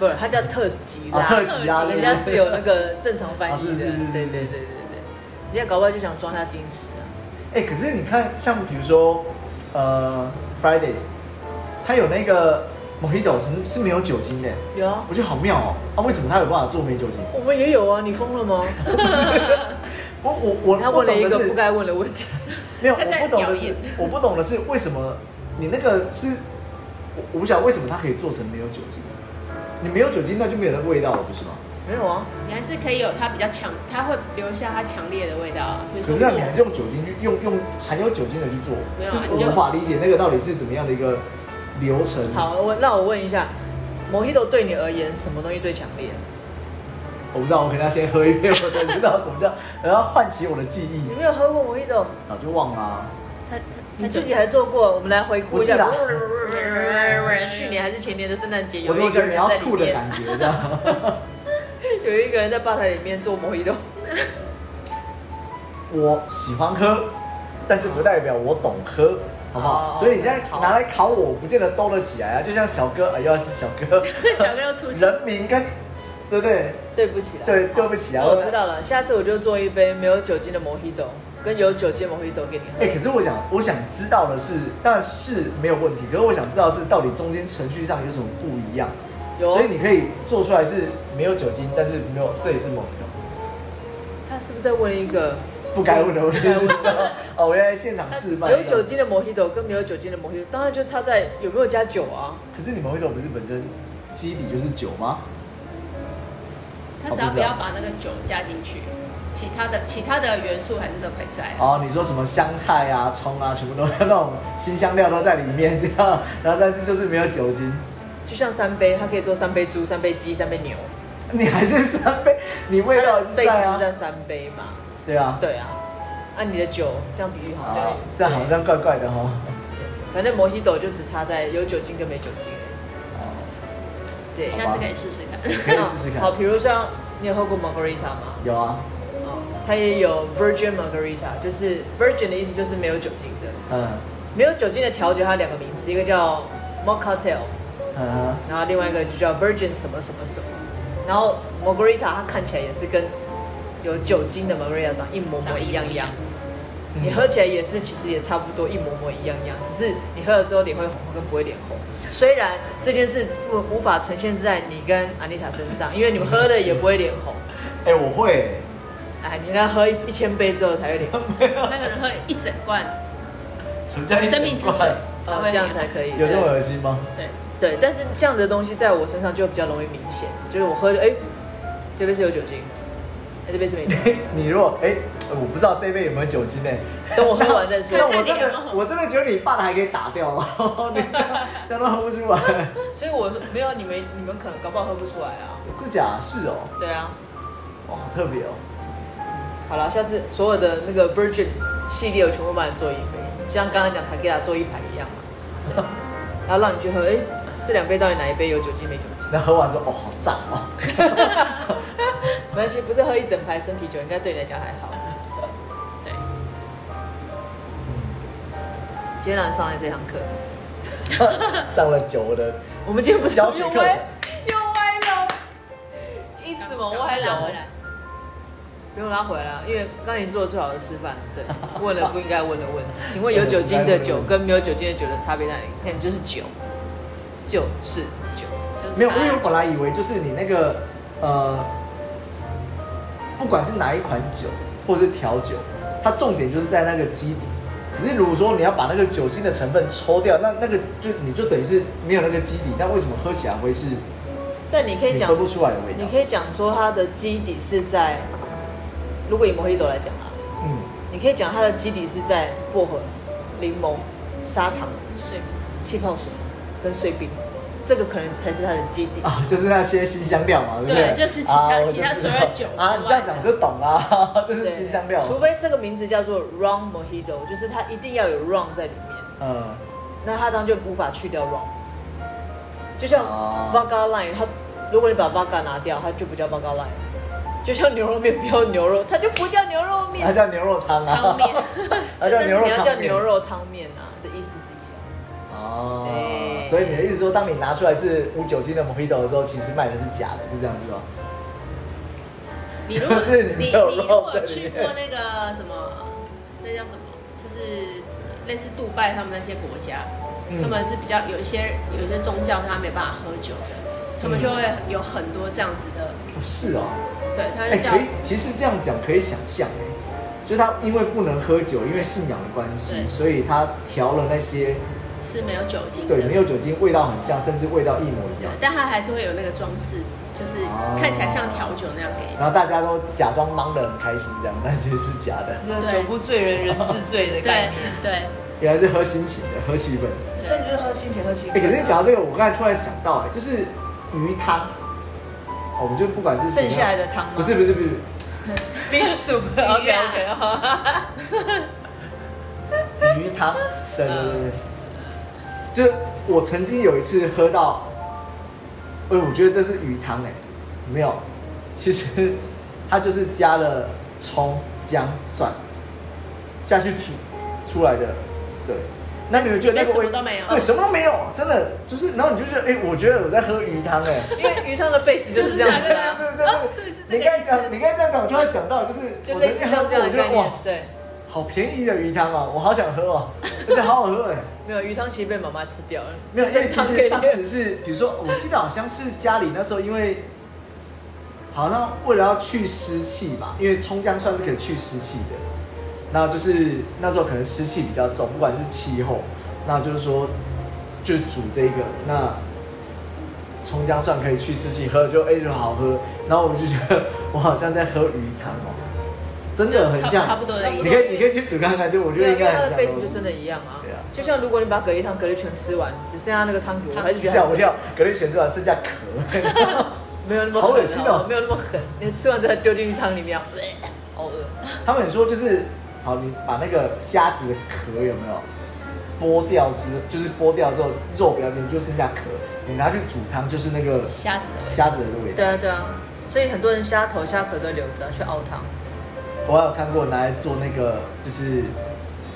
B: 不是，它叫特级啦，
A: 啊，特级 啊，
B: 人家是有那
A: 个。
B: 个正常翻译
A: 啊是是
B: 的，
A: 是是
B: 对对对对对，人家搞不好就想装下矜持啊，
A: 哎、可是你看，像比如说，呃，Fridays，它有那个 Mojito 是是没有酒精的，
B: 有啊，
A: 我觉得好妙哦。啊，为什么它有办法做没酒精？
B: 我们也有啊，你疯了吗？
A: 我我我
B: 他
A: 不
B: 问了一
A: 懂的
B: 个
A: 是
B: 不，该问的问题，
A: 没有，我
C: 他在
A: 不懂的
C: 表
A: 是
C: 演，
A: 我不懂的是为什么你那个是，我我不晓得为什么它可以做成没有酒精。你没有酒精，那就没有那个味道了，不是吗？
B: 没有啊，
C: 你还是可以有他比较强，他会留下他强烈的味道啊。比如
A: 可
C: 说
A: 是那你还是用酒精去用用含有酒精的去做，
C: 没有啊
A: 就是
C: 你就
A: 我无法理解那个到底是怎么样的一个流程。
B: 好，我那我问一下，Mojito 对你而言什么东西最强烈？
A: 我不知道，我可能要先喝一杯，我才知道什么叫，然后唤起我的记忆
B: 你。没有喝过 Mojito，
A: 早就忘了啊、
C: 他他
B: 你自己还做过，我们来回顾一下
A: 不。啊
B: 去年还是前年的圣诞节，
A: 我
B: 有
A: 都
B: 一
A: 觉
B: 个
A: 得你
B: 人
A: 要
B: 在里
A: 吐的
B: 面，
A: 感觉，这样。
B: 有一个人在吧台里面做 Mojito，
A: 我喜欢喝，但是不代表我懂喝，好不好？
B: 哦
A: 所以你现在
B: 好
A: 拿来考我，我不见得兜得起来啊。就像小哥，哎呦，是小哥，
C: 小哥又出现，
A: 人名跟对不 对？
B: 对不起啦。
A: 对，对不起啊，
B: 我知。道了，下次我就做一杯没有酒精的 Mojito，跟有酒精的 Mojito 给你喝。
A: 哎、可是我想，我想知道的是，当然是没有问题。可是我想知道是到底中间程序上有什么不一样，
B: 有哦
A: 所以你可以做出来是没有酒精，但是没有，这也是某一种。
B: 他是不是在问一个
A: 不该问 的问题。哦，我原来现场示范。
B: 有酒。精的 Mojito 跟没有酒精的 Mojito，当然就差在有没有加酒啊？
A: 可是你们会懂，不是本身基底就是酒吗？
C: 他
A: 哦
C: 只要
A: 啊
C: 不要把那个酒加进去，其他的其他的元素还是都可以在。
A: 哦，你说什么香菜啊、葱啊，全部都那种新香料都在里面这样，然后但是就是没有酒精。
B: 就像三杯，它可以做三杯猪、三杯鸡、三杯牛，
A: 你还是三杯，你味
B: 它
A: 道还
B: 的
A: 是
B: base
A: 在
B: 就
A: 啊
B: 在，三杯嘛？
A: 对啊，
B: 对啊，按你的酒这样比喻好像
A: 啊
B: 有，
A: 这样好像怪怪的哦。
B: 反正 Mojito 就只差在有酒精跟没酒精而已。
A: 哦
B: 对，哦
A: 好
C: 下次可以试试看。
A: 可以试试看
B: 好，。比如像你有喝过 margarita 吗？
A: 有啊，
B: 哦，它也有 virgin margarita，就是 virgin 的意思就是没有酒精的，
A: 嗯
B: 没有酒精的调酒它有两个名词，一个叫 m o c k t a i l
A: 嗯哼，
B: 然后另外一个就叫 Virgin 什么什么什么，然后 Margarita 它看起来也是跟有酒精的 Margarita 长一模模一样一样，
A: 嗯
B: 你喝起来也是其实也差不多一模模一样一样，只是你喝了之后脸会红跟不会脸红。虽然这件事不无法呈现在你跟 Anita 身上，因为你们喝了也不会脸红，
A: 哎，我会，
B: 哎，你那喝一一千杯之后才会脸红，
C: 那个人喝了一整罐
A: 什么叫一整
C: 生命之
A: 罐
C: 水，才
B: 哦
C: 会，
B: 这样才可以。
A: 有这么
B: 对
A: 恶心吗？
C: 对。
B: 对，但是这样的东西在我身上就比较容易明显，就是我喝的，哎、这杯是有酒精，哎、这杯是没酒。
A: 你如果哎、我不知道这一杯有没有酒精呢、
B: 等我喝完再说
A: 那我真
C: 看你有没
A: 的
C: 有
A: 我真的觉得你爸的还可以打掉啊， 你这样都喝不出来，
B: 所以我说没有你们，你们可能搞不好喝不出来啊。
A: 这假是哦，
B: 对啊，
A: 哇，好特别哦，
B: 好了，下次所有的那个 Virgin 系列我全部帮你做一杯，就像刚刚讲 t a k i a 做一排一样嘛。对 然后让你去喝，哎、这两杯到底哪一杯有酒精没酒精？
A: 那喝完之后哦，好胀哦，
B: 没关系，不是喝一整排生啤酒，应该对你来讲还好。
C: 对，
B: 今天让你上来这堂课，
A: 哦 上了酒的，
B: 我们今天不是
A: 小水
B: 又
A: 课
B: 歪又歪楼，一直往歪
C: 赶快拉
B: 楼
C: 回。来？
B: 不用拉回来啊，因为刚才已经做了最好的示范。对，问了不应该问的问题。请问有酒精的酒跟没有酒精的酒的差别在哪里？那就是酒，就是酒。
C: 就是
A: 没有，因
C: 他
A: 为我本来以为就是你那个呃，不管是哪一款酒或是调酒，它重点就是在那个基底。可是如果说你要把那个酒精的成分抽掉，那那个就你就等于是没有那个基底，那为什么喝起来会是
B: 但你可以
A: 你
B: 讲
A: 喝，不出来的味道
B: 你？可以讲说它的基底是在，如果以摩希朵来讲啊，
A: 嗯，
B: 你可以讲它的基底是在薄荷、柠檬、砂糖、
C: 睡
B: 气泡水跟碎冰，这个可能才是它的基底。
A: 啊，就是那些新香料嘛，对不对？
C: 对就是其 他
A: 啊我
C: 其他
A: 就知道
C: 除了酒之
A: 啊，
C: 外
A: 你这样讲就懂啦， 就是
B: 对
A: 新香料。
B: 除非这个名字叫做 Rum Mojito，就是它一定要有 Rum 在里面。
A: 嗯，
B: 那它当然就无法去掉 wrong。就像
A: 哦
B: vodka line，它如果你把 vodka 拿掉，它就不叫 vodka line。就像牛肉面不要牛肉，它就不叫牛肉面
A: 它。叫牛肉汤啊，
C: 汤面
A: 它叫
B: 但
A: 牛
B: 是
A: 肉
B: 你要
A: 汤
B: 叫
A: 面
B: 牛肉汤面啊，的意思是一
A: 哦
B: 哎，
A: 所以你的意思说，当你拿出来是无酒精的 Mojito 的时候，其实卖的是假的，是这样子哦。
C: 你如果
A: 就是你没
C: 你
A: 有
C: 你如
A: 肉
C: 果
A: 在里
C: 去
A: 面
C: 过那个什么，那叫什么？就是呃类似杜拜他们那些国家，
A: 嗯
C: 他们是比较有一些有一些宗教他没办法喝酒的，他
A: 嗯
C: 们就会有很多这样子的，
A: 哦是哦，
C: 对，他
A: 哎，
C: 就叫
A: 可以，其实这样讲可以想象，哎，就是他因为不能喝酒，因为信仰的关系，
C: 对
A: 所以他调了那些
C: 是没有酒精的，
A: 对没有酒精，味道很像，甚至味道一模一
C: 对
A: 样。
C: 但它还是会有那个装饰，就是
A: 哦
C: 看起来像调酒那样给你。
A: 然后大家都假装忙得很开心，这样， 但其实是假的，
B: 样，就是
C: 对
B: 酒不醉人人自醉的概念。
C: 对对
A: 原来是喝心情的，喝气氛的。
B: 这
C: 对，
B: 就是喝心情喝心
A: 哎、
B: 情。
A: 可是你讲到这个，我刚才突然想到、哎，就是鱼汤，哦我们就不管是什么
B: 剩下来的汤吗？
A: 不是不是不是，
B: fish soup。OK
C: 鱼
B: OK
C: 啊
A: 鱼汤，
C: 嗯
A: 对对对对，就我曾经有一次喝到，哎、我觉得这是鱼汤哎、没有，其实它就是加了葱、姜、蒜下去煮出来的，对。那你们觉得那个味
C: 里面什么都没有
A: 对，什么都没有，真的就是，然后你就觉得，哎、我觉得我在喝鱼汤哎、
B: 因为鱼汤的 base 就是这样子
C: 就是这样
B: 啊，
A: 对对
C: 哦
A: 对
C: 是不是
A: 对，
C: 这
A: 你
C: 个
A: 刚才
C: 意思
A: 讲，你刚才这样讲，我突然想到，就是
B: 就
A: 我
B: 类
A: 曾
B: 似
A: 经
B: 像
A: 喝
B: 这
A: 过，
B: 样
A: 我
B: 的
A: 觉
B: 概
A: 得哇
B: 念，。对。
A: 好便宜的鱼汤啊，我好想喝哦，而且好好喝哎。
B: 没有鱼汤其实被妈妈吃掉了，
A: 没有，
B: 就
A: 因
B: 是
A: 为其
B: 汤给
A: 实
B: 你
A: 当时是，比如说，我记得好像是家里那时候，因为好像为了要去湿气吧，因为葱姜蒜是可以去湿气的。那就是那时候可能湿气比较重，不管是气候，那就是说就煮这个，那葱姜蒜可以去湿气，喝了就哎、就好喝。然后我就觉得我好像在喝鱼汤哦，真的很
C: 就差
A: 像，
C: 差不多的意思
A: 你可以你可以去煮看看，就我觉
B: 对啊，
A: 得
B: 因
A: 应
B: 为
A: 该
B: 它的
A: 很像
B: base 就真
A: 东
B: 的
A: 西
B: 一样啊。
A: 对啊
B: 就像如果你把蛤蜊汤、蛤蜊全吃完，只剩下那个汤底，我还是觉得
A: 吓
B: 它
A: 我
B: 是
A: 一跳，隔壁全吃完剩下壳。
B: 没有那么
A: 好
B: 狠啊
A: 恶心哦
B: 没有那么狠。你吃完之后丢进去汤里面，哦好恶。
A: 他们说就是，好，你把那个虾子的壳有没有剥掉之，就是剥掉之后肉不要进去，就剩下壳，你拿去煮汤就是那个
C: 虾子的味
A: 虾子的味道
B: 对。啊对啊，所以很多人虾头虾壳都留着去熬汤。
A: 我还有看过拿来做那个就是，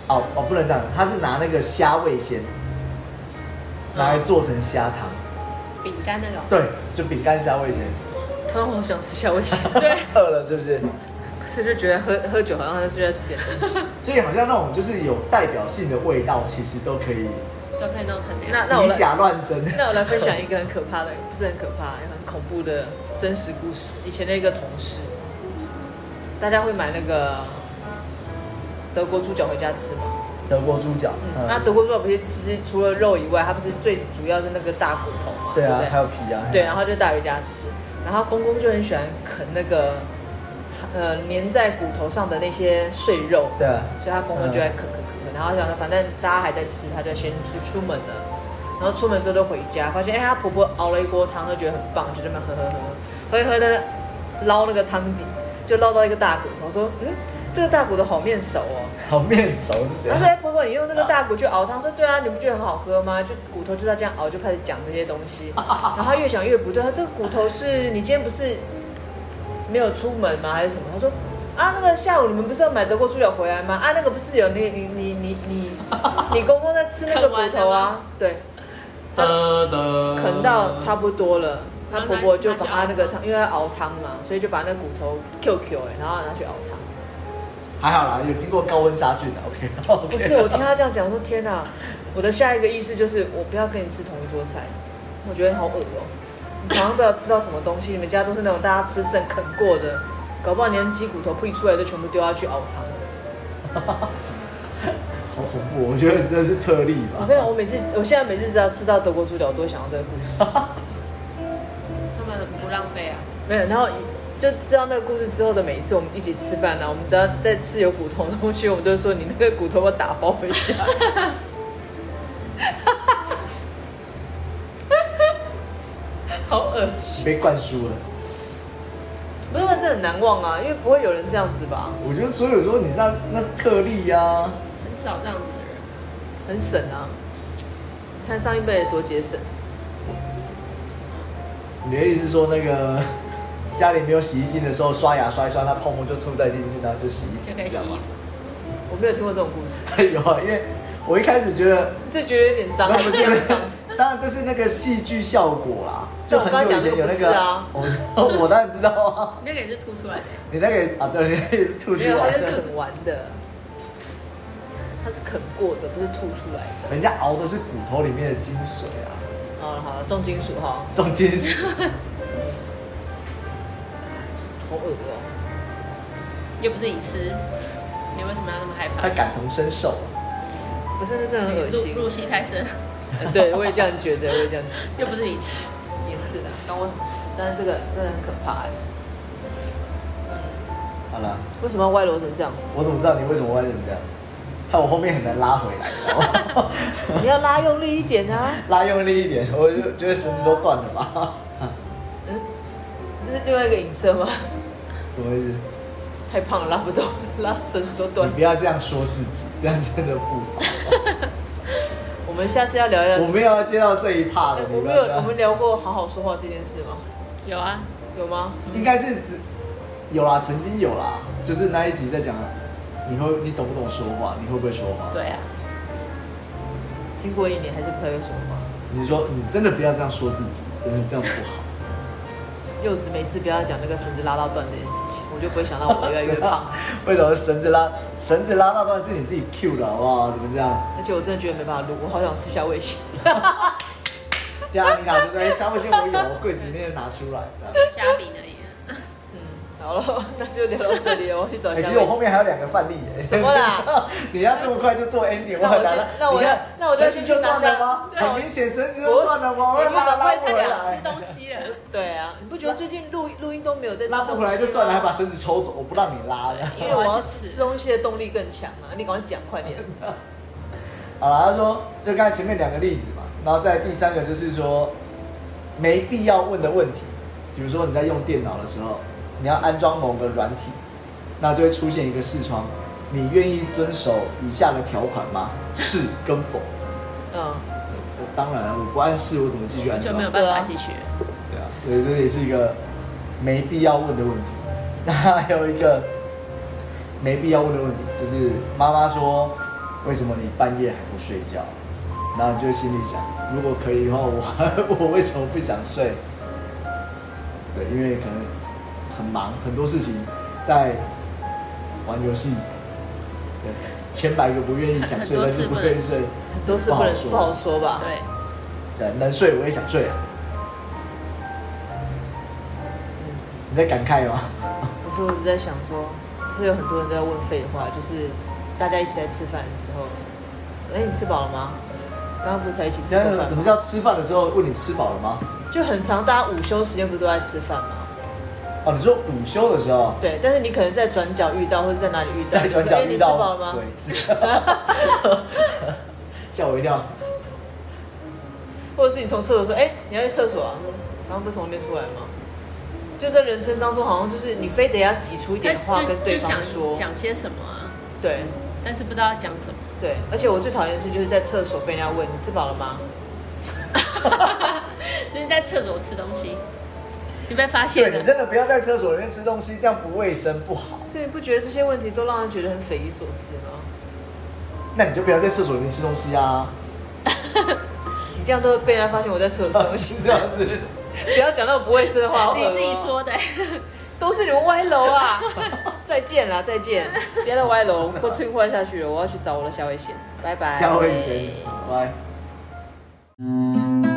A: 哦哦不能这样，他是拿那个虾味鲜，拿来做成虾汤，
C: 饼干那个，
A: 对，就饼干虾味鲜。
B: 突然我想吃虾味鲜，
C: 对，
A: 饿了是不是？
B: 可是就觉得喝喝酒好像是在吃点东西。
A: 所以好像那种就是有代表性的味道，其实都可以
C: 都可以弄成那样。
B: 那那我
A: 以
B: 来，
A: 假乱真。
B: 那我来分享一个很可怕的，不是很可怕，也很恐怖的真实故事。以前的一个同事，大家会买那个德国猪脚回家吃吗？
A: 德国猪脚，
B: 嗯，
A: 嗯
B: 那德国猪脚不是其实除了肉以外，它不是最主要是那个大骨头嘛？
A: 对啊
B: 不，
A: 还有皮啊，
B: 对，然后就带回家吃。然后公公就很喜欢啃那个，呃，粘在骨头上的那些碎肉，
A: 对啊，
B: 所以他公公就在啃啃啃啃。然后想说，反正大家还在吃，他就先出出门了。然后出门之后就回家，发现哎，她婆婆熬了一锅汤，就觉得很棒，就这么喝喝喝，喝一喝的捞那个汤底，就捞到一个大骨头，说嗯，这个大骨头好面熟哦。
A: 好面熟是怎
B: 然后说：“？
A: 样
B: 哎，婆婆，你用那个大骨去熬汤。”说：“对啊，你不觉得很好喝吗？就骨头就要这样熬，就开始讲这些东 西。”然后他越想越不对，他这个骨头是你今天不是没有出门吗？还是什么？他说：“啊，那个下午你们不是要买德国猪脚回来吗？啊，那个不是有你你你你 你你公公在吃那个骨头啊？对，
A: 呃的
B: 啃到差不多了。”她婆婆就把她嗯那个
C: 然后拿
B: 汤，因为要熬汤嘛，所以就把那骨头 QQ 哎，然后拿去熬汤。
A: 还好啦，有经过高温杀菌的，OK。
B: 不是，我听他这样讲，我说天哪、我的下一个意思就是我不要跟你吃同一桌菜，我觉得好恶哦、你常常不要吃到什么东西，你们家都是那种大家吃剩啃过的，搞不好连鸡骨头配出来都全部丢下去熬汤。
A: 好恐怖，我觉得你这是特例吧。
B: 我跟你讲，我每次我现在每次只要吃到德国猪脚，我都会想到这个故事。
C: 他们很不浪费啊。
B: 没有，然后就知道那个故事之后的每一次我们一起吃饭呢、我们只要在吃有骨头的东西，我们就说你那个骨头我打包回家吃。 好恶心！
A: 被灌输了。
B: 不是，那这很难忘啊，因为不会有人这样子吧？
A: 我觉得所以说你这样那是特例呀、啊。
C: 很少这样子的人。
B: 很省啊。你看上一辈多节省，
A: 你的意思是说那个家里没有洗衣机的时候，刷牙刷一刷，那泡沫就吐在进去，然后就洗衣服，
C: 就可以洗
A: 这样
C: 衣
A: 吗
C: 服。。
B: 我没有听过这种故事，
A: 有啊，因为我一开始觉得
B: 这觉得有点脏，
A: 那
B: 有
A: 不是
B: 点脏。，
A: 当然这是那个戏剧效果啦。就
B: 但我
A: 很
B: 刚刚
A: 久
B: 讲
A: 以
B: 这个
A: 前有那
B: 不是
A: 个，
B: 啊
A: 我 我当然知道啊。
C: 那个也是凸出来的，
A: 你那个啊，对，你那个也是吐
B: 没
A: 出
B: 有，它
A: 来
B: 是
A: 的。
B: 啃完的，它是啃过的，不是吐出来的。
A: 人家熬的是骨头里面的精髓啊，
B: 好了好了，重金属哈，
A: 重金属。
B: 好恶哦、
C: 又不是你吃，你为什么要那么害
A: 他
C: 怕？
A: 感同身受啊，
B: 我甚至真的很恶心
C: 入。入戏太深，
B: 呃对，我也这样觉得，我也这样觉
C: 又不是你吃。
B: 得，也是的，啊关我什么事？但是这个真的很可怕哎、
A: 好了，
B: 为什么要歪楼成这样 子？
A: 我怎么知道你为什么弯成这样？害我后面很难拉回来，你知道吗
B: 你要拉用力一点啊！
A: 拉用力一点，我就觉得绳子都断了吧？
B: 嗯，这是另外一个影射 吗？
A: 什么意思？
B: 太胖了，拉不动， 拉绳子都断
A: 你。不要这样说自己，这样真的不好。
B: 我们下次要聊一聊。
A: 我没有要接到这一趴
B: 哎
A: 的，
B: 我
A: 你不
B: 们
A: 要
B: 有
A: 这样
B: 我们聊过好好说话这件事吗？
C: 有啊，
B: 有吗？
A: 应该是只有啦，曾经有啦，就是那一集在讲，你会你懂不懂说话，你会不会说话？，
C: 对啊，
B: 经过一年还是不太会说话。
A: 你说你真的不要这样说自己，真的这样不好。
B: 柚子没事不要讲那个绳子拉到断这件事情，我就不会想到我 越来越胖。
A: 为什么绳子拉绳子拉大段是你自己 Q 的好不好？怎么这样？
B: 而且我真的觉得没办法录，我好想吃虾味鲜。
A: 这样你拿出来，小不信我有，柜子里面拿出来的。
C: 虾饼而已啊。
B: 嗯，好了， 那就聊到这里了，哦我去找
A: 哎、
B: 虾味
A: 其实我后
B: 鲜。
A: 面还有两个范例耶、
B: 什么啦？
A: 你要这么快就做 ending，
B: 那我
A: 很难
B: 先
A: 了。
B: 那我
A: 你
B: 要
A: 看
B: 那我再
A: 绳
B: 先
A: 子就
B: 去拿
A: 断了
B: 下
A: 吗？
B: 对
A: 很明显绳子
B: 我
A: 就断了吗？我
B: 你
A: 要
B: 不
A: 把它
B: 赶快
A: 拉
B: 再
A: 回
C: 太 想吃
A: 来。
C: 东西了，
B: 对啊，你不觉得最近录录音都没有在吃
A: 拉不回来就
B: 东西
A: 算了，
B: 吗
A: 还把绳子抽走，我不让你拉了。
C: 因
B: 因
C: 为
B: 为我
C: 我
B: 要
C: 要
B: 去
C: 去
B: 吃
C: 吃。
B: 东西的动力更强啊！你赶快讲，快点。
A: 嗯好了，他说就刚才前面两个例子嘛，然后在第三个就是说没必要问的问题，比如说你在用电脑的时候，你要安装某个软体，那就会出现一个视窗，你愿意遵守以下的条款吗？是跟否？
B: 嗯，
A: 我当然我不按示我怎么继续按
C: 就
A: 照？
C: 没有办法继续了。
A: 对啊，所以这也是一个没必要问的问题。 那还有一个没必要问的问题，就是妈妈说为什么你半夜还不睡觉？然后你就心里想，如果可以的话，我 我为什么不想睡？对，因为可能很忙，很多事情在玩游戏，对，千百个不愿意想睡，
C: 很多
A: 但
C: 事
A: 是不
C: 不能
A: 愿意睡，
B: 很多事不能不好说吧？
C: 对，
A: 对，能睡我也想睡啊。你在感慨吗？
B: 我说我是在想说，就是有很多人在问废话，就是大家一起在吃饭的时候，哎、你吃饱了吗？刚刚不是才一起吃
A: 这
B: 过饭
A: 样
B: 吗？
A: 什么叫吃饭的时候问你吃饱了吗？
B: 就很长，大家午休时间不是都在吃饭吗？
A: 哦，你说午休的时候
B: 对，但是你可能在转角遇到，或者在哪里遇到，
A: 在转角遇到，
B: 就说哎你吃饱了吗？
A: 对，是， 吓我一跳。
B: 或者是你从厕所说，哎、你要去厕所啊，然后不是从那边出来吗？就在人生当中，好像就是你非得要挤出一点话跟
C: 就
B: 对
C: 就
B: 方
C: 想
B: 说，
C: 讲些什么啊，
B: 对
C: 但是不知道要讲什么。
B: 对。而且我最讨厌的是，就是在厕所被人家问你吃饱了吗？
C: 就是在厕所吃东西，你被发现
A: 对
C: 了
A: 你。真的不要在厕所里面吃东西，这样不卫生不好。
B: 所以你不觉得这些问题都让人觉得很匪夷所思吗？
A: 那你就不要在厕所里面吃东西啊，
B: 你这样都被人家发现我在 厕所吃东西，
A: 这样子。
B: 不要讲那种不卫生的话，好恶
C: 你
B: 哦
C: 自己说的，
B: 都是你们歪楼 啊！再见啦，再见，别再歪楼，我退换下哎去了，我要去找我的夏威贤，拜拜。
A: 夏威夷，拜拜。